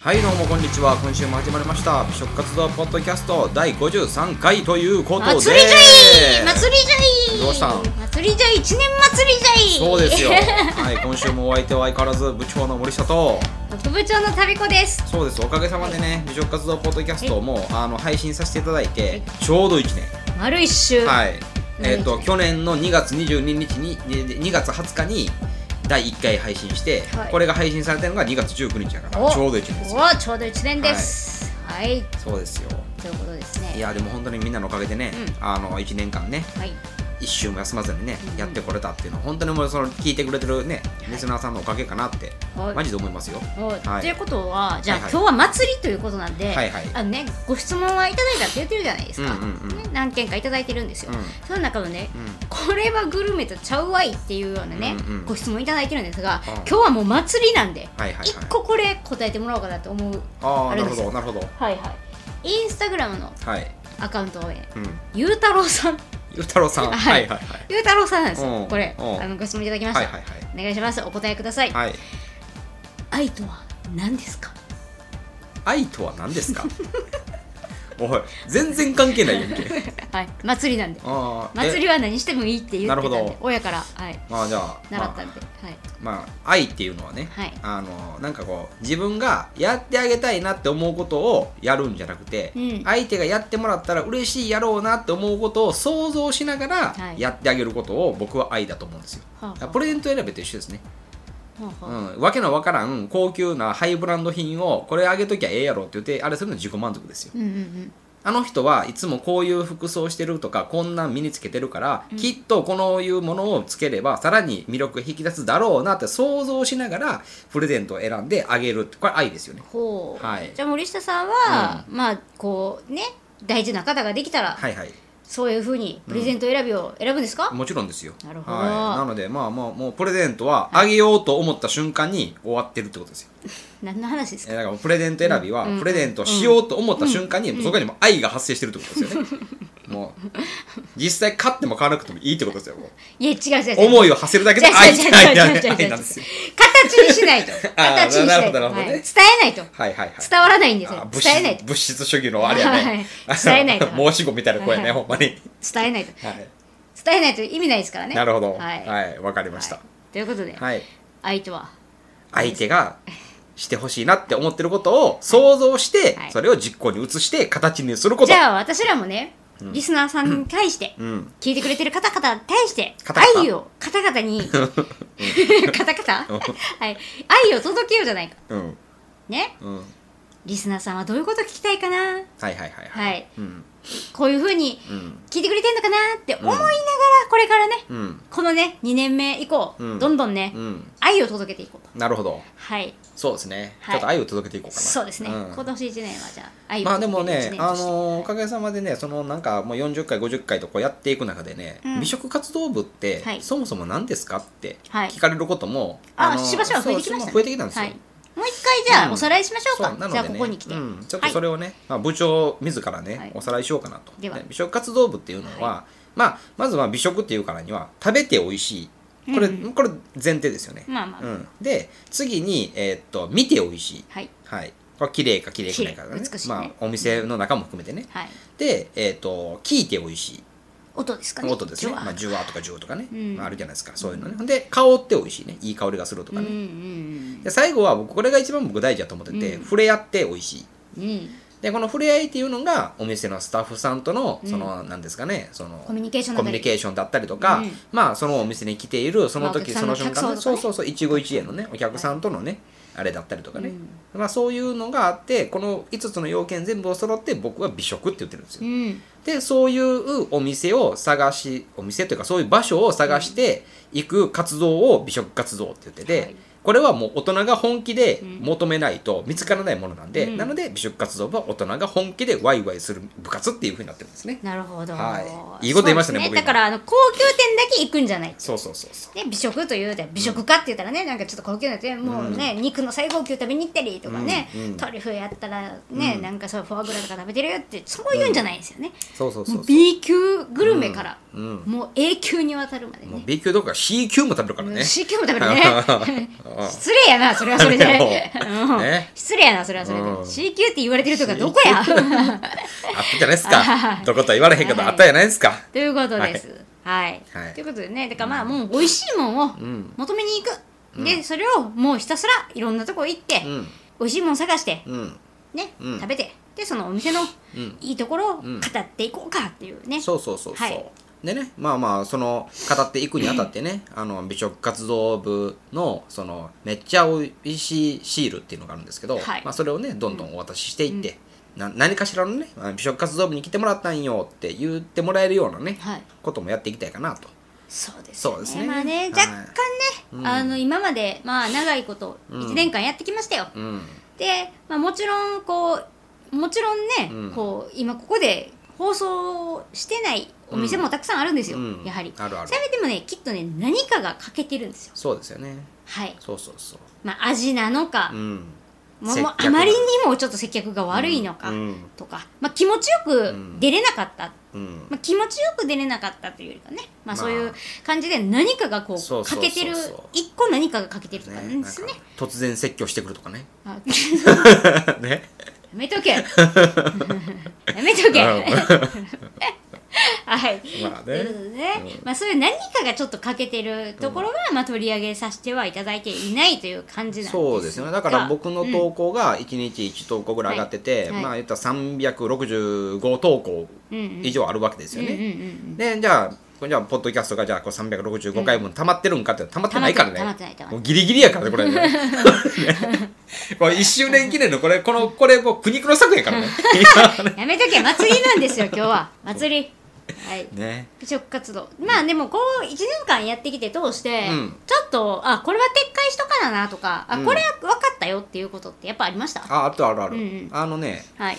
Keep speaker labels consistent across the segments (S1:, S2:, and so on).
S1: はいどうもこんにちは今週も始まりました美食活動ポッドキャスト第53回ということで
S2: 祭りじゃい祭りじゃい
S1: どうしたん
S2: 祭りじゃい一年祭りじゃい
S1: そうですよはい今週もお相手は相変わらず部長の森下と
S2: 特部長の旅子です
S1: そうですおかげさまでね美食活動ポッドキャストもあの配信させていただいてちょうど1年
S2: 丸一周
S1: はい。えっ、
S2: 何
S1: と
S2: 日
S1: 去年の2月22日にに2月20日に第1回配信して、
S2: はい
S1: これが配信されたのが2月19日だから
S2: お
S1: ちょうど1年ですよ。
S2: おちょうど一年ですはい、
S1: そうですよ。
S2: ということですね
S1: いやでも本当にみんなのおかげでね、
S2: う
S1: あの1年間ね
S2: はい
S1: 一週も休まずにね、
S2: うん
S1: やってこれたっていうのは本当にもうその聞いてくれてるね、
S2: はい
S1: リスナーさんのおかげかなって、
S2: はい
S1: マジで思いますよ。
S2: お
S1: はい
S2: ということはじゃあ、
S1: はいはい
S2: 今日は祭りということなんで、
S1: はいはい
S2: あのねご質問はいただいたって言ってるじゃないですか、
S1: うんうんうん
S2: ね、何件かいただいてるんですよ、
S1: う
S2: その中のね、
S1: うん
S2: これはグルメとちゃうわいっていうようなね、
S1: うんうん
S2: ご質問いただいてるんですが、
S1: うん
S2: 今日はもう祭りなんで、
S1: はいはいはい
S2: 一個これ答えてもらおうかなと思う
S1: ああ
S2: あ
S1: な
S2: れ
S1: る
S2: で
S1: ほ
S2: す
S1: どなるほど。
S2: はいはいインスタグラムの
S1: はい。
S2: アカウントをね
S1: うん。
S2: ゆうたろうさん
S1: ゆうたろうさん。
S2: はい
S1: はいはいはい。
S2: ゆうたろうさんなんで
S1: う
S2: すよ
S1: ん
S2: これ
S1: うん
S2: あのご質問いただきました、
S1: はいはい
S2: お願いしますお答えください、
S1: はい。はい。
S2: 愛とは何ですか
S1: 愛とは何ですか おい全然関係ないやんけ
S2: はい祭りなんで
S1: あーえ
S2: 祭りは何してもいいって言ってた
S1: な
S2: ん
S1: るほ
S2: で
S1: ど
S2: 親からはい
S1: まあじゃあ
S2: 習ったん
S1: ま
S2: で、はい
S1: あ、まあ愛っていうのはね、
S2: はい
S1: あのなんかこう自分がやってあげたいなって思うことをやるんじゃなくて、
S2: うん
S1: 相手がやってもらったら嬉しいやろうなって思うことを想像しながら
S2: はい
S1: やってあげることを僕は愛だと思うんですよ、
S2: はあはあ
S1: プレゼント選べと一緒ですね、
S2: ほう
S1: う、
S2: ほうん
S1: わけのわからん高級なハイブランド品をこれあげときゃええやろって言ってあれするのは自己満足ですよ
S2: うんうん
S1: あの人はいつもこういう服装してるとかこんなん身につけてるから、きっとこのいうものをつければさらに魅力が引き出すだろうなって想像しながらプレゼントを選んであげるってこれ愛ですよね
S2: ほう、
S1: はい
S2: じゃあ森下さんは、まあこうね大事な方ができたら、
S1: はいはい
S2: そういうふうにプレゼント選びを選ぶんですか、
S1: もちろんですよ
S2: なるほど
S1: はい、なのでまあまあもうプレゼントはあげようと思った瞬間に終わってるってことですよ
S2: 何の話です
S1: え
S2: か
S1: だからもうプレゼント選びは
S2: うん
S1: プレゼントしようと思った瞬間にそこにもう愛が発生してるってことですよねもう実際買っても買わなくてもいいってことですよもう
S2: いや違う違う違う
S1: 思いを馳せるだけで愛って愛なんで愛なんですよ
S2: 形にしないと
S1: あー
S2: 形にし
S1: なる
S2: ないと
S1: ほどなるほどね
S2: はい伝えないと
S1: はいはいはい
S2: 伝わらないんです
S1: あ
S2: よ
S1: 物
S2: 伝えない
S1: 質
S2: と
S1: 物質主義のあれやね、
S2: はい伝えないと
S1: あの 申し子みたいな声ね、
S2: はいはい
S1: ほんまに、
S2: 伝えないと
S1: はい、
S2: 伝えないと意味ないですからね
S1: なるほど
S2: は
S1: はい
S2: い、
S1: わ、かりました
S2: はいということで、
S1: はい、
S2: 愛とは
S1: 相手がしてほしいなって思ってることを想像して、
S2: はい
S1: それを実行に移して形にすること
S2: じゃあ私らもねリスナーさんに対して、
S1: うん
S2: 聞いてくれてる方々に対して
S1: 方々
S2: 愛を方々 に方々はい愛を届けようじゃないか
S1: うん
S2: ね
S1: うんはい
S2: リスナーさんはどういうこと聞きたいかな
S1: はいはいはい
S2: はい
S1: うん
S2: こういうふうに
S1: うん
S2: 聞いてくれてんのかなって思いながらこれからね、
S1: うん
S2: このね2年目以降、
S1: うん
S2: どんどんね、
S1: うん
S2: 愛を届けていこうと
S1: なるほど
S2: はい
S1: そうですね、
S2: は
S1: ち
S2: い
S1: ょっと愛を届けていこうかな
S2: そうですね、
S1: ん
S2: 今年1年はじゃあ愛を
S1: まあでも
S2: 届け
S1: ね
S2: て、いく一年
S1: あ
S2: として
S1: のおかげさまでね、そのなんかもう40回、50回とこうやっていく中でね、
S2: うん
S1: 美食活動部って、
S2: はい
S1: そもそも何ですかって
S2: はい
S1: 聞かれることも、
S2: あ
S1: の
S2: しばしば増えてきまし
S1: そ
S2: た
S1: うそ
S2: ね
S1: う増えてきたんですよ。
S2: はい、もう一回じゃ
S1: うん
S2: あおさらいしましょうか、
S1: そうなの
S2: じ
S1: で
S2: ゃあ
S1: ね、
S2: ここに来て、
S1: うんちょっとそれをね、まあ、部長自らね、
S2: はい
S1: おさらいしようかなと。
S2: では
S1: 美食活動部っていうのは、まあ、まずは美食っていうからには、食べて美味しい。これ、
S2: うん
S1: これ前提ですよね。
S2: まあまあ、
S1: うん、で、次に、えーっと、見て美味しい。
S2: はい
S1: はい。これ綺麗か綺麗くないかだね
S2: 綺麗美しいね
S1: まあ、お店の中も含めてね。
S2: はい
S1: で、えー、と聞いて美味しい
S2: 音ですかね
S1: 音ですね、
S2: 一応は
S1: まあ、ジュワーとかジューとかね、
S2: ん
S1: まあ、あるじゃないですかそういうのねほんで香って美味しいねいい香りがするとか
S2: うんう
S1: ね、
S2: ん
S1: で最後は僕これが一番僕大事だと思ってて、触れ合って美味しい
S2: うんうん
S1: でこの触れ合いっていうのがお店のスタッフさんとのその、なんですかねその
S2: コミュニケーションだ
S1: コ
S2: ったり
S1: ミュニケーションだったりとか、
S2: うん
S1: まあそのお店に来ているその時、
S2: まあ
S1: その
S2: お客さ
S1: 瞬
S2: ん
S1: 間、
S2: の客
S1: そう
S2: 層とかね
S1: そうそう一期一会のねお客さんとのね、あれだったりとかね、まあそういうのがあってこの5つの要件全部を揃って僕は美食って言ってるんですよ、
S2: うん
S1: でそういうお店を探しお店というかそういう場所を探して行く活動を美食活動って言ってて、
S2: はい
S1: これはもう大人が本気で求めないと見つからないものなんで、
S2: うん
S1: なので美食活動部は大人が本気でワイワイする部活っていうふうになってるんですね
S2: なるほど、
S1: はいいいこと言いましたね
S2: そう
S1: 僕
S2: です
S1: 今
S2: だからあの高級店だけ行くんじゃない
S1: そうそうそうそう
S2: ね、美食というで美食かって言ったらねなんかちょっと高級なってもうね、肉の最高級食べに行ったりとかね、
S1: うんうん
S2: トリュフやったらね、なんかそうフォアグラとか食べてるよってそういうんじゃないんですよね、
S1: そうそうそう
S2: もう B 級グルメ代から、もう永久にわたるまで
S1: もう
S2: ね
S1: B 級どころか C 級も食べるからね
S2: C 級も食べる ね 失礼やなそれはそれ で、
S1: ね
S2: うん
S1: ね
S2: 失礼やなそれはそれで、
S1: うん
S2: C 級って言われてるとかどこや
S1: あったじゃないですかどこと は言われへんけどあったじゃないですか
S2: ということですはい、
S1: はい
S2: ということでねだからまあもう美味しいもんを
S1: ん
S2: 求めに行く、でそれをもうひたすらいろんなとこ行って、
S1: うん
S2: 美味しいもん探して、
S1: うん
S2: ね、
S1: うん
S2: 食べてでそのお店の
S1: ん
S2: いいところを語
S1: ん
S2: っていこうかっていうね、
S1: そうそうそうそう、
S2: はい
S1: でねまあまあその語っていくにあたってねあの美食活動部のそのめっちゃおいしいシールっていうのがあるんですけど、
S2: はい
S1: まあ、それをねどんどんお渡ししていって、な何かしらのねあ美食活動部に来てもらったんよって言ってもらえるようなね、
S2: はい
S1: こともやっていきたいかなと
S2: そうです
S1: そうですね
S2: まあね
S1: はい
S2: 若干ね、あの今までまあ長いこと1年間やってきましたよ、
S1: うん
S2: で、まあ、もちろんこうもちろんね、
S1: うん
S2: こう今ここで放送してないお店もたくさんあるんですよ、
S1: うん
S2: やはり
S1: あるある
S2: それでもねきっとね何かが欠けてるんですよ
S1: そうですよね
S2: はい
S1: そうそうそう
S2: まあ味なのか
S1: う、ん
S2: もう
S1: 接
S2: もう
S1: 客
S2: あまりにもちょっと接客が悪いのか、
S1: うん
S2: とか、まあ、気持ちよく出れなかった、
S1: うん
S2: まあ、気持ちよく出れなかったというよりかね、
S1: ま
S2: ま
S1: あ
S2: あ、そういう感じで何かがこ
S1: そう
S2: う
S1: そうそ
S2: 欠
S1: う
S2: けてる
S1: そう
S2: 一個何かが欠けてるとかな
S1: ね
S2: んで
S1: なん
S2: す
S1: か
S2: ね。
S1: 突然説教してくるとかね
S2: あや
S1: ね
S2: めとけ やめとけ はい、
S1: まあね
S2: ということでね、まあ、そういう何かがちょっと欠けてるところは、まあ、取り上げさせてはいただいていないという感じなんです
S1: そうですよねだから僕の
S2: うん
S1: 投稿が1日1投稿ぐらい上がってて、
S2: はいはい
S1: まあ言ったら365投稿
S2: うんうん
S1: 以上あるわけですよね、
S2: うんうんうんうん
S1: でじゃあこれじゃあポッドキャストがじゃあこう365回分溜まってるんかって溜まってないからね
S2: 溜まってない溜まってない
S1: もうギリギリやからねこれねねこれ1周年記念のこれこのこれもう苦肉の策やからね
S2: やめとけ祭りなんですよ今日は祭りはい
S1: ね
S2: 美食活動まあでもこう1年間やってきて通して、
S1: うん
S2: ちょっとあこれは撤回しとかだなとかあ
S1: うん
S2: これは分かったよっていうことってやっぱありました、
S1: ああとあるある、
S2: うんうん
S1: あのね
S2: はい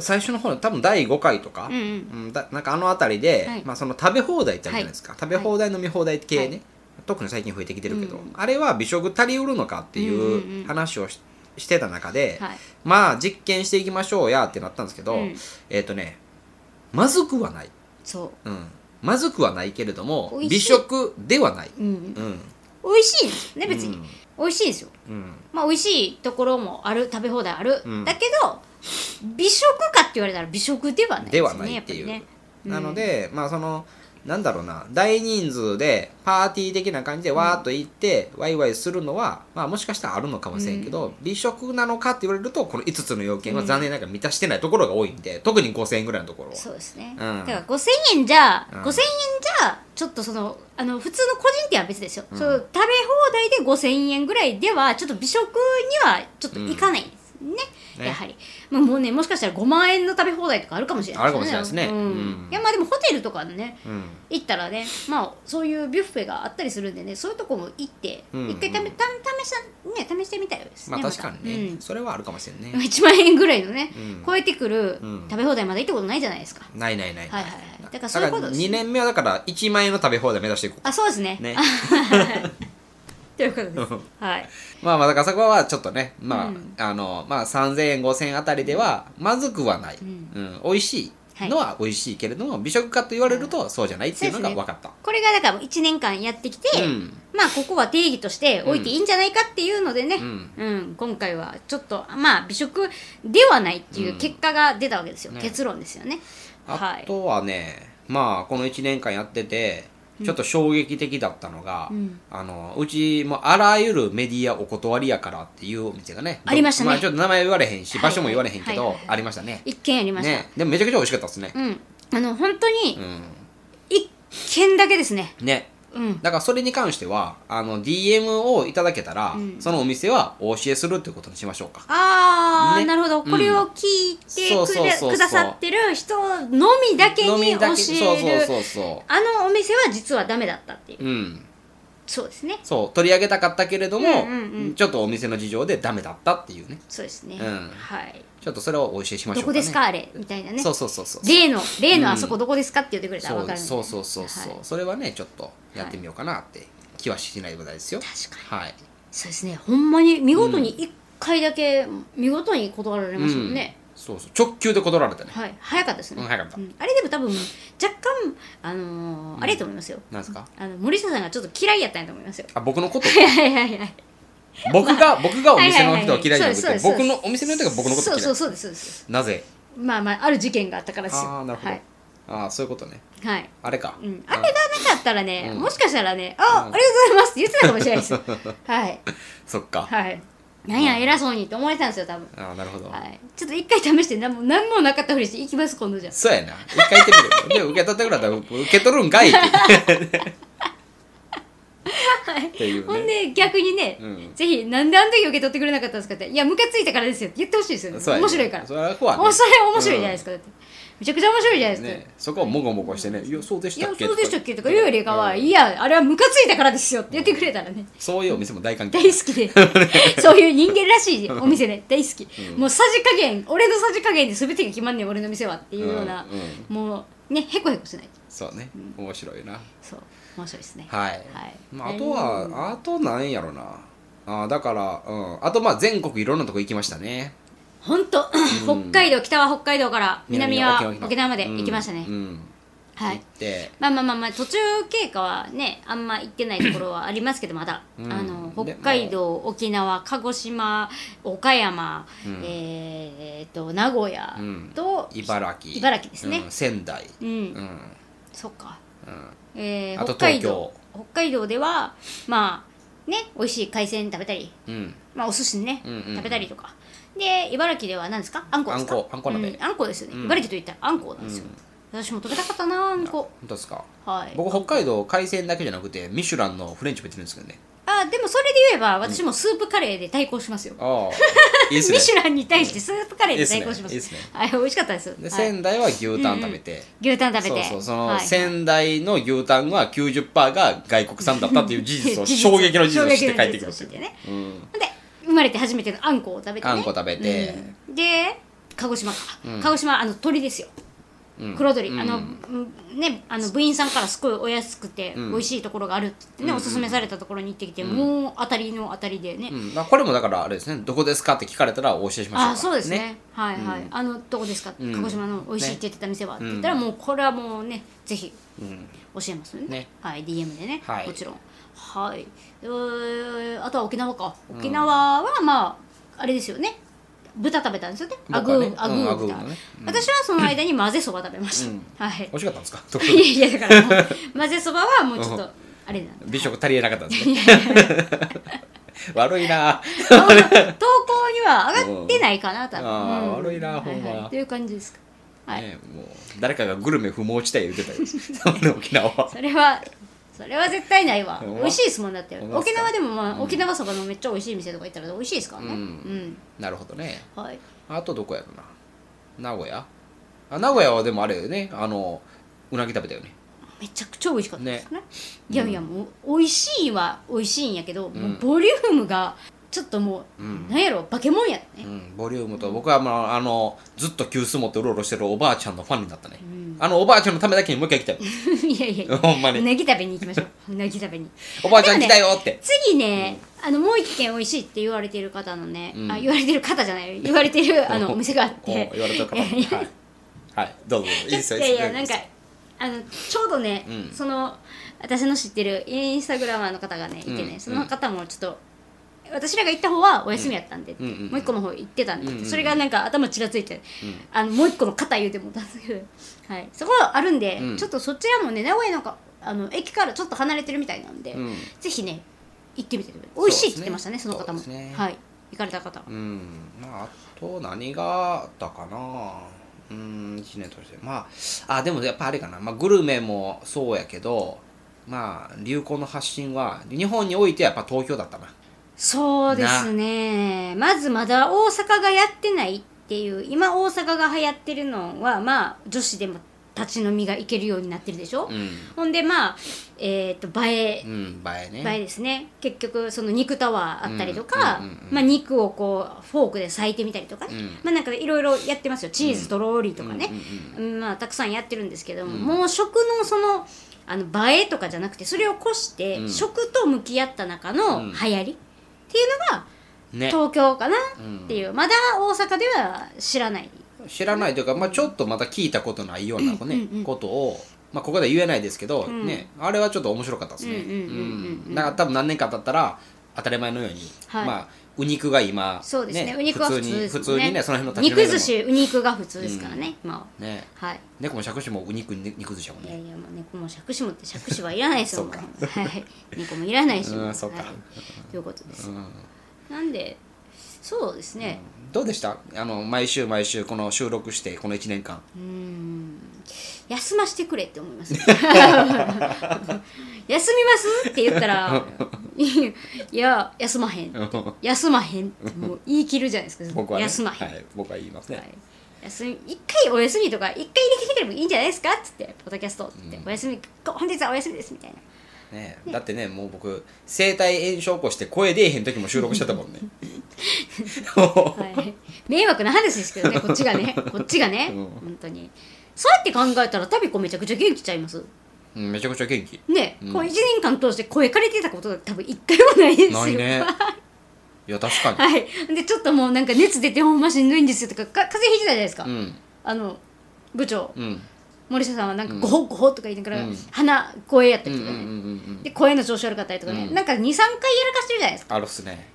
S1: 最初の方の多分第5回とか、
S2: うんうん
S1: うんだなんかあの辺りで、
S2: はい
S1: まあ、その食べ放題ってあるじゃないですか、食べ放題飲み放題系ね、
S2: はい
S1: 特に最近増えてきてるけど、
S2: うん
S1: あれは美食足りうるのかって
S2: うんうん
S1: いううん話をし,、てた中で、
S2: はい
S1: まあ実験していきましょうやってなったんですけど、
S2: うん
S1: えっ、とねまずくはない、
S2: そ
S1: うん、まずくはないけれども
S2: 美味
S1: 美
S2: しい
S1: 食ではない、
S2: う、うん、
S1: うん
S2: 美味しいんですよね別に、
S1: うん
S2: 美味しいですよ
S1: うん、
S2: まあ美味しいところもある食べ放題ある、
S1: うん
S2: だけど美食かって言われたら美食ではない
S1: です
S2: ね
S1: はないっていう、
S2: やっぱりね
S1: なので、まあそのなんだろうな大人数でパーティー的な感じでわーっと行って、ワイワイするのは、まあ、もしかしたらあるのかもしれんけど、美食なのかって言われるとこの5つの要件は残念ながら満たしてないところが多いんで、特に5000円ぐらいのところは
S2: そうですね、
S1: ん
S2: だから5000円じゃ、
S1: うん
S2: 5000円じゃちょっとそのあの普通の個人店は別ですよ、その食べ放題で5000円ぐらいではちょっと美食にはちょっといかないですね、
S1: ね
S2: やはり、まあ、もうねもしかしたら5万円の食べ放題とかあるかもしれない
S1: あるかもしれないですね
S2: うん
S1: うん
S2: いやまあでもホテルとかね
S1: うん
S2: 行ったらねまあそういうビュッフェがあったりするんでねそういうとこも行って、
S1: うん
S2: 一回ためた試した、ね、試してみたいです
S1: ま
S2: ね
S1: あ
S2: た
S1: 確かにね、
S2: うん
S1: それはあるかもしれんね、
S2: 1万円ぐらいのね、
S1: うん
S2: 超えてくる
S1: うん
S2: 食べ放題まで行ったことないじゃないですか、
S1: ないないない
S2: はいはいはいだからそういうことですね
S1: 2年目はだから1万円の食べ放題目指していこ
S2: あそうですね
S1: うね
S2: ということですはい
S1: まあまあだからそこはちょっとねまあ、
S2: うん
S1: あのまあ3000円5000円あたりではまずくはない、うんん美味しいのは美味しいけれども、美食かと言われるとそうじゃないっていうのが
S2: そうですね
S1: 分かった、
S2: これがだから1年間やってきて、
S1: うん
S2: まあここは定義として置いていいんじゃないかっていうのでね、うん
S1: ん
S2: 今回はちょっとまあ美食ではないっていう結果が出たわけですよ、
S1: ね
S2: 結論ですよねは
S1: あ
S2: い
S1: とはね、まあこの1年間やっててちょっと衝撃的だったのが、うあのうちもあらゆるメディアお断りやからっていうお店がね
S2: ありましたね
S1: あ、ちょっと名前言われへんし
S2: は
S1: 場
S2: い
S1: 所も言われへんけ
S2: はい
S1: ど
S2: はいはい
S1: ありましたね
S2: 一件やりました、
S1: ねでもめちゃくちゃ美味しかったですね
S2: うんあの本当に
S1: うん
S2: 一件だけですね
S1: ね
S2: うん
S1: だからそれに関してはあの DM をいただけたら、
S2: ん
S1: そのお店はお教えするということにしましょうか
S2: ああ、
S1: ね
S2: なるほど
S1: うん
S2: これを聞いて
S1: そうそ
S2: く
S1: うそう
S2: れ
S1: そう
S2: くださってる人のみだけ
S1: 飲
S2: に
S1: み
S2: 教
S1: だけそう
S2: える
S1: そうそうそ
S2: あのお店は実はダメだったってい
S1: う
S2: う
S1: うん
S2: そうですね
S1: そう取り上げたかったけれども、
S2: うんうんうん
S1: ちょっとお店の事情でダメだったっていうね
S2: そうですね、
S1: うん
S2: はい
S1: ちょっとそれをお教えしましょうか、
S2: ど
S1: ね、
S2: こですかあれみたいなね
S1: そうそうそうそう
S2: 例の例の
S1: うん
S2: あそこどこですかって言ってくれたら
S1: そ
S2: 分か
S1: う
S2: るんで
S1: そうそうそうそう、
S2: はい
S1: それはねちょっとやってみようかなって気はしない話題ですよ
S2: 確かに
S1: はい
S2: そうですねほんまに見事に1回だけ見事に断られましたもんね、
S1: そうそう直球で断られたね
S2: はい、早かったですね、
S1: うん早かった
S2: あれでも多分若干あのーあれやと思いますよ、
S1: なんですか
S2: あの森下さんがちょっと嫌いやったんやと思いま すよ
S1: あ僕のこと
S2: はいはいはいはい
S1: 僕が僕がお店の人を嫌いじゃなく
S2: そう
S1: て
S2: ですそう
S1: 僕
S2: です
S1: のお店の人が僕のこと
S2: そう
S1: 嫌
S2: そ
S1: いう
S2: そうですそうです
S1: なぜ
S2: まあまあある事件があったからですよ
S1: ああなるほど、
S2: はい、
S1: ああそういうことね
S2: はい
S1: あれか、
S2: うん、あれがなかったらね、
S1: うん
S2: もしかしたらね「あ、
S1: うん
S2: ありがとうございます」って言ってたかもしれないで すはい
S1: そっか、
S2: はいなんや偉そうにって思われてたんですよ多分
S1: ああなるほど、
S2: はいちょっと一回試して何も何もなかったふりして行きます今度じゃ
S1: そうやな一回言ってみるで受け取ってくれたら受け取るんかいってっていうね
S2: ほんで逆にね、
S1: うん
S2: ぜひなんであの時受け取ってくれなかったんですかっていやムカついたからですよって言ってほしいですよね
S1: そうやね
S2: 面白いから
S1: それは怖いね
S2: おそれ面白いじゃないですか、だってめちゃくちゃ面白いじゃないですか、
S1: ねそこをもごもごしてね「いやそうでし
S2: い
S1: た
S2: や
S1: っけ?」
S2: そうでしたっけとか言うよりかは、
S1: うん
S2: いやあれはムカついたからですよって言ってくれたらね、
S1: そういうお店も大歓
S2: 大
S1: 迎
S2: 好 きでそういう人間らしいお店で大好き、もうさじ加減俺のさじ加減で全てが決まんねん俺の店はっていうような、
S1: うん
S2: もうねへこへこしない
S1: そうね面白いな
S2: そう面白いですね
S1: はい、
S2: はい
S1: まあ、あとはあとなんやろなあーだから、うん、あとまあ全国いろんなとこ行きましたね
S2: 本当北海道北は北海道から南は
S1: 沖縄
S2: 沖縄まで行きましたね、
S1: うんうん
S2: は
S1: 行
S2: い
S1: って
S2: まあまあまあまあ途中経過はねあんま行ってないところはありますけどまだ、
S1: うん
S2: あの
S1: で
S2: 北海道沖縄鹿児島岡山、えーっと名古屋
S1: うん
S2: と、
S1: 茨城
S2: 茨城ですね
S1: うん仙台
S2: うん
S1: うん
S2: そっか、
S1: うん
S2: えー
S1: あと
S2: 北海道
S1: 東
S2: 北海道ではまあね美味しい海鮮食べたり、
S1: うん
S2: まあ、お寿司ね、
S1: うんうんうん
S2: 食べたりとかで茨城では何ですかあんこですか
S1: あんこあんこ鍋
S2: うあんこですよね、
S1: うん
S2: 茨城といったらあんこなんですよ、私も食べたかったなあんこ
S1: 本当ですか
S2: はい
S1: 僕北海道海鮮だけじゃなくてミシュランのフレンチも行ってるんですけどね
S2: あでもそれで言えば私もスープカレーで対抗しますよ、
S1: ああ いいですね
S2: ミシュランに対してスープカレーで対抗します
S1: いいっすねいいっ
S2: はい美味しかったです
S1: で
S2: はい、
S1: 仙台は牛タン食べて、
S2: 牛タン食べて
S1: そうそうその、
S2: はい
S1: 仙台の牛タンは90%が外国産だったっていう事 実を衝撃の事実を知って帰ってくるっていう
S2: 衝撃の事実を知ってね
S1: うん
S2: ほんで生まれて初めてのあんこを食べて、ね、
S1: あんこ食べて
S2: うんで鹿児島か、鹿児島あの鳥ですよ
S1: うん
S2: 黒鳥、
S1: うん
S2: あのうんねあの部員さんからすごいお安くて美
S1: ん
S2: 味しいところがあるって言ってね、おすすめされたところに行ってきて、もう当たりの当たりでね、
S1: うんまあ、これもだからあれですねどこですかって聞かれたらお教えしましょうか
S2: あそうですねはいはい、あのどこですか、
S1: うん
S2: 鹿児島の美味しいって言ってた店は、って言ったらもうこれはもうねぜひ
S1: うん
S2: 教えますね
S1: ね
S2: はい、DM でね、
S1: はい
S2: もちろんはい、えーあとは沖縄か沖縄はまあ、あれですよね豚食べたんですよねア
S1: 僕
S2: グー、
S1: はね
S2: アグ
S1: うん
S2: ー
S1: アグー
S2: 豚、
S1: のね
S2: 私はその間に混ぜそば食べまし
S1: う
S2: た、
S1: ん
S2: はい
S1: 美味しかったんです か
S2: いやいやだからもう混ぜそばはもうちょっとあれなんで
S1: 美食足りえなかったんですね 悪いな
S2: 投稿には上がってないかな多分、
S1: うんあー
S2: うん
S1: 悪いな
S2: はは
S1: ほんま
S2: という感じですかはい、
S1: ねえもう誰かがグルメ不毛地帯言って たよその沖縄は
S2: それはそれは絶対ないわ
S1: ほんま
S2: 美味しいですもんだって
S1: ほんまっす
S2: 沖
S1: か
S2: 縄でも、まあ沖縄そばのめっちゃ美味しい店とか行ったら美味しいですからね
S1: う
S2: うんん、
S1: なるほどね
S2: はい
S1: あとどこやろな名古屋あ名古屋はでもあれよねあのうなぎ食べたよね
S2: めちゃくちゃ美味しかったですねいやいやもう美味しいは美味しいんやけど、もうボリュームがちょっともう、なんやろ化け物やね、
S1: うん、ボリュームと僕は、まあ、あのずっと急須持ってうろうろしてるおばあちゃんのファンになったね、あのおばあちゃんのためだけにもう一回来た よ
S2: いやいやいや
S1: ほんまに
S2: うなぎ食べに行きましょ ううなぎ食べに
S1: おばあちゃん来たよって、
S2: 次 ね、あのもう一軒美味しいって言われてる方のね、
S1: うん
S2: あ言われてる方じゃない言われてるあのお店があっ
S1: お
S2: て
S1: 言われたから
S2: いやいや
S1: はい、はい、どうぞどうぞいいですよ
S2: いやいや
S1: いい
S2: な
S1: で
S2: ん
S1: す
S2: か
S1: よ
S2: あのちょうどね、
S1: うん
S2: その私の知ってるインスタグラマーの方がねいてね、
S1: うん
S2: その方もちょっと私らが行った方はお休みやったんでって、
S1: うんうんうん
S2: もう一個の方行ってたんでって、
S1: うんうん
S2: それがなんか頭ちらついて、あのもう一個の肩言うてもうたんですけど、はい、そこあるんで、
S1: うん
S2: ちょっとそちらもね名古屋なんかあの駅からちょっと離れてるみたいなんで、
S1: うん
S2: ぜひね行ってみてください美味しいって言ってましたねそ
S1: そう
S2: の
S1: です
S2: 方
S1: ねそ
S2: も、
S1: うですね
S2: はい行かれた方は、
S1: うんまああと何があったかなうん1年としてまああでもやっぱあれかな、まあ、グルメもそうやけどまあ流行の発信は日本においてやっぱ東京だったな
S2: そうですねまずまだ大阪がやってないっていう今大阪が流行ってるのはまあ女子でも立ち飲みが行けるようになってるでしょ、
S1: うん
S2: ほんでまあえっ、と映え
S1: うん映えね
S2: 映えですね結局その肉タワーあったりとか、
S1: うんうんうん
S2: まあ、肉をこうフォークで裂いてみたりとかね、
S1: うん
S2: まあなんかいろいろやってますよチーズとローリーとかね、
S1: うん
S2: うんまあ、たくさんやってるんですけども、もう食のそのあの映えとかじゃなくてそれを越して、
S1: うん
S2: 食と向き合った中の
S1: うん
S2: 流行りっていうのが
S1: ね
S2: 東京かな
S1: うん
S2: っていう、まだ大阪では知らない
S1: 知らないというか、まあ、ちょっとまた聞いたことないような、ね
S2: うんうん
S1: ことを、まあ、ここでは言えないですけど、
S2: ん
S1: ね、あれはちょっと面白かったですね。
S2: うんうんうんうん
S1: うんだから多分何年か経ったら当たり前のように、
S2: はい
S1: まあ、ウニクが今
S2: そうですねお肉は普通
S1: に
S2: です
S1: 普
S2: ね
S1: 通にねその辺の立ち飲み
S2: 肉
S1: 屋で
S2: 寿
S1: も
S2: 司お肉が普通ですからね、ま
S1: ね
S2: あはい
S1: 猫も杓子もお肉に肉寿司やもん
S2: いや
S1: ね。
S2: いやもう猫も尺子もって尺子はいらないですよ
S1: そうか
S2: もうはい猫もいらないし
S1: うん
S2: も
S1: そうか
S2: はい、ということです、
S1: うん
S2: なんでそうですね
S1: どうでしたあの毎週毎週この収録してこの1年間
S2: うーん休ましてくれって思います 休みますって言ったら「いや休まへん」って「休まへん」ってもう言い切るじゃないですか
S1: 僕は、ね
S2: 休まへん、
S1: はい、僕は言いますね、
S2: はい休み一回お休みとか一回入れてきてもいいんじゃないですかっつってポッドキャストっつって、お休みこ本日はお休みですみたいな
S1: ねだってねもう僕声帯炎症起こして声出えへん時も収録してたもんね も
S2: はい、迷惑な話です けどねこっちがねこっちがね、
S1: うん
S2: 本当にそうやって考えたらタビコめちゃくちゃ元気ちゃいます
S1: ううんめちゃくちゃ 元気
S2: ね、
S1: うん
S2: こう1年間通して声枯れてたことが多分一回もないですよ
S1: ないねいや確か
S2: はいでちょっともうなんか熱出てほんましんどいんですよとかか風邪ひいてたじゃないですか、
S1: にうん
S2: あの部長、
S1: うん
S2: 森下さんはなんか「ごほごほ」とか言いながら、
S1: うん
S2: 鼻声やった
S1: うん
S2: り
S1: うん
S2: と
S1: うん
S2: か
S1: う
S2: ね、
S1: ん
S2: で声の調子悪かったりとかね、
S1: うん
S2: なんか23回やらかしてるじゃないですか
S1: あるっすね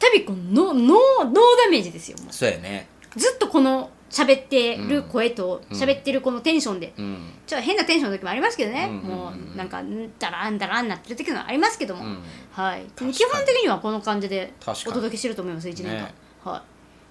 S2: タビコのノーノーダメージですよもう
S1: そうやね
S2: ずっとこの喋ってる声と
S1: うん
S2: 喋ってるこのテンションで、
S1: うん
S2: ちょっと変なテンションの時もありますけどね、
S1: うんうんうんうん
S2: もうなんかんだらんだらんなってる時もありますけども、
S1: うん
S2: はい基
S1: かに
S2: 本的にはこの感じでお
S1: 確かに
S2: 届けしてると思います1年間、
S1: ね
S2: は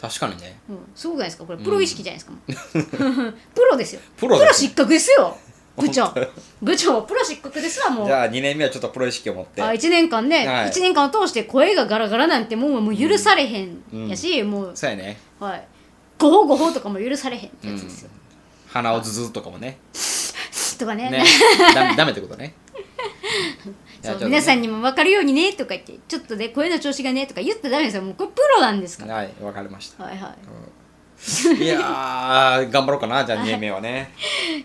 S1: 確かにね
S2: い、もうすごくないですかこれプロ意識じゃないですか、 もうプロですよ
S1: プロです
S2: 失格です よ部長部長プロ失格ですわもう
S1: じゃあ2年目はちょっとプロ意識を持って
S2: あ1年間ね、
S1: はい
S2: 1年間を通して声がガラガラなんてもうもう許されへん
S1: うん
S2: やし、もう
S1: そうやね
S2: はいごほごほとかも許されへんってやつですよ、
S1: 鼻をズズとかもね
S2: とかね
S1: ねダダメってことねじゃあち
S2: そう
S1: ょっとね
S2: 皆さんにも分かるようにねとか言ってちょっとね声の調子がねとか言ったらダメですよもうこれプロなんですから
S1: はいわかりました
S2: はいはい
S1: いやー、頑張ろうかな、じゃあ2年目はね。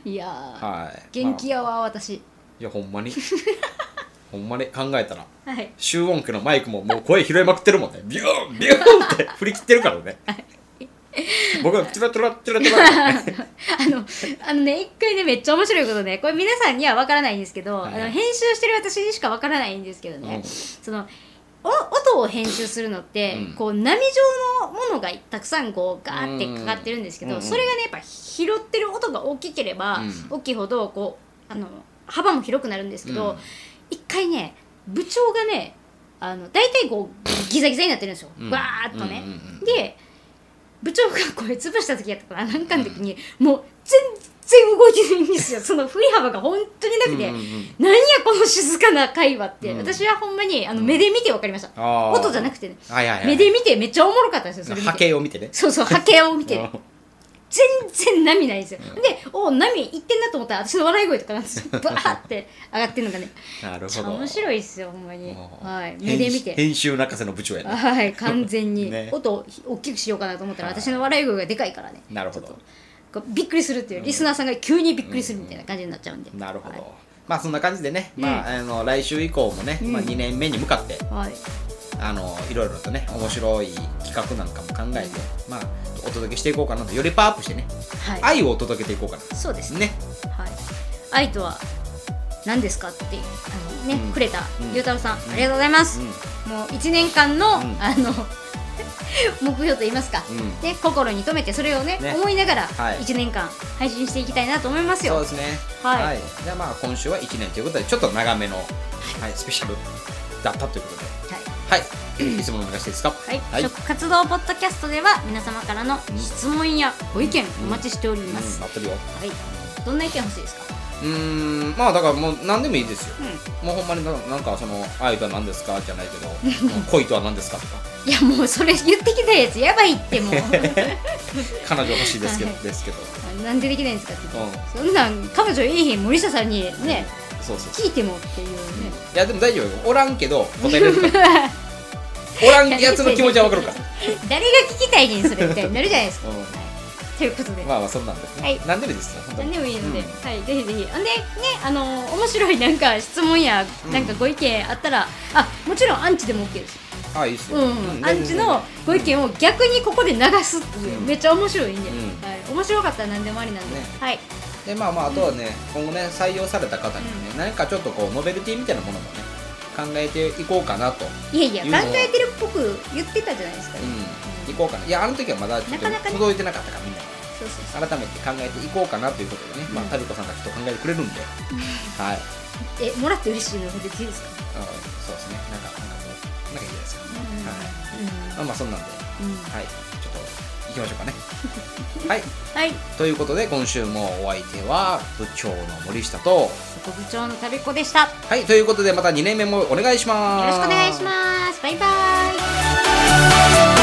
S2: いやー、
S1: はい。
S2: 元気
S1: まあ
S2: やわ私
S1: いや、ほんまに。ほんまに考えたら。
S2: はい
S1: 集音機のマイクももう声拾いまくってるもんね。ビューンビューン って振り切ってるからね。僕はトゥラトゥラトゥラトゥラ って。
S2: あのあのね一回ねめっちゃ面白いことねこれ皆さんには分からないんですけど、
S1: はいはい
S2: あの編集してる私にしか分からないんですけどね、
S1: うん
S2: そのお音を編集するのって、
S1: うん
S2: こう波状のものがたくさんこうガーってかかってるんですけど、
S1: うん
S2: それがねやっぱ拾ってる音が大きければ、
S1: うん
S2: 大きいほどこうあの幅も広くなるんですけど、
S1: うん
S2: 一回ね部長がねあの大体こうギザギザになってるんですよ、
S1: うん
S2: わーっとね。
S1: うんうんうん
S2: で部長が声潰した時やったからなんかの時にもう全然動いてないんで すよその振り幅が本当になくて、
S1: うんうんうん
S2: 何やこの静かな会話って、
S1: うん
S2: 私はほんまにあの
S1: うん
S2: 目で見て分かりました、
S1: あー
S2: 音じゃなくてね
S1: はいはいはい。
S2: 目で見てめっちゃおもろかったんですよそれ見て
S1: 波形を見てね。
S2: そうそう波形を見て
S1: うん
S2: 全然波ないんですよ、でお波いってんなと思ったら私の笑い声とかなんですよバーって上がってるのがね
S1: なる
S2: め
S1: ほ
S2: っちゃ
S1: ど。
S2: 面白いですよほんま
S1: う
S2: に、
S1: ん
S2: はい、目で
S1: 編
S2: 見
S1: 集
S2: て
S1: 編集泣かせの部長やね。
S2: はい完全に、
S1: ね
S2: 音を大きくしようかなと思ったら
S1: はい
S2: 私の笑い声がでかいからね
S1: なるほど
S2: ちょっとこうびっくりするっていうリスナーさんが急にびっくりするみたいな感じになっちゃうんで、
S1: なるほ
S2: はい
S1: ど。まあそんな感じでね、まああの来週以降もね、まあ2年目に向かって、
S2: はい、
S1: あのいろいろとね面白い企画なんかも考えて、まあ、お届けしていこうかなとよりパワーアップしてね
S2: はい
S1: 愛をお届けていこうかなと
S2: そうですね、
S1: ね
S2: はい、愛とは何ですかってあのね、
S1: うん
S2: くれた、
S1: うん
S2: ゆうたろうさん、ありがとうございます、もう1年間の、
S1: ん
S2: あの 目標と言いますか、
S1: うん
S2: ね、心に留めてそれをね
S1: ね
S2: 思いながら
S1: はい
S2: 1年間配信していきたいなと思いますよ、
S1: そうですね
S2: はい
S1: じゃあまあ今週は1年ということでちょっと長めの、はい、スペシャルだったということで
S2: はい
S1: はいいつものお願いしていいですか
S2: はい、
S1: はい、
S2: 食活動ポッドキャストでは皆様からの質問やご意見お待ちしており
S1: うん
S2: ます、
S1: なってるよ
S2: はい、どんな意見欲しいですか、
S1: うーんまあだからもう何でもいいですよ
S2: う
S1: もうほんまにななんかその愛とは何ですかじゃないけどうん恋とは何ですかとか
S2: ん、いやもうそれ言ってきたやつやばいって もう
S1: 彼女欲しいですけど
S2: はい
S1: ですけど
S2: なんでできないんですかって言って、そんなん彼女いいへん森下さんにね
S1: そうそう
S2: 聞いてもっていうね、
S1: いやでも大丈夫よおらんけど答えれ るからおらんやつの気持ちはわかるから
S2: 誰が聞きたいねんそれみたいになるじゃないですか、
S1: うん
S2: はい、ということで、
S1: まあまあそんなんですね、
S2: はい
S1: 何でもいいですよ本当
S2: 何
S1: に
S2: でもいいので、
S1: うん
S2: はい、ぜひぜひ。ほんで、ね、あのー面白いなんか質問や、なんかご意見あったら、あ、もちろんアンチでも OK です。
S1: あいいっすよ、
S2: うん、ア
S1: 全
S2: ンチ
S1: 然
S2: のご意見を逆にここで流すっていう、
S1: うん
S2: めっちゃ面白いんで、
S1: ん
S2: はい、面白かったら何でもありなんで、
S1: ね
S2: はい
S1: でまあまああとはね、今後ね採用された方にね、
S2: う
S1: 何かちょっとこうノベルティみたいなものもね考えていこうかなと、
S2: いやいや
S1: 言うのは
S2: 考えてるっぽく言ってたじゃないですか、
S1: うん、いこうかないやあの時はまだちょっと
S2: なかなかね
S1: 届いてなかったからみんな
S2: そうそうそ
S1: 改めて考えていこうかなということでね、まあ
S2: うん
S1: タビコさんがきっと考えてくれるんで、はい、うん、
S2: うえもらって嬉しいのでいいですか、
S1: そうですねなんかなんかもうなんかいいじゃないですか、はいまあ
S2: うん
S1: まあそんなんでは
S2: うん
S1: いちょっと行きましょう かねはい
S2: はい
S1: ということで今週もお相手は部長の森下と
S2: 外部長の旅子でしたよ
S1: はいということでまた2年目もお願いします
S2: ろしくお願いしますバイバイ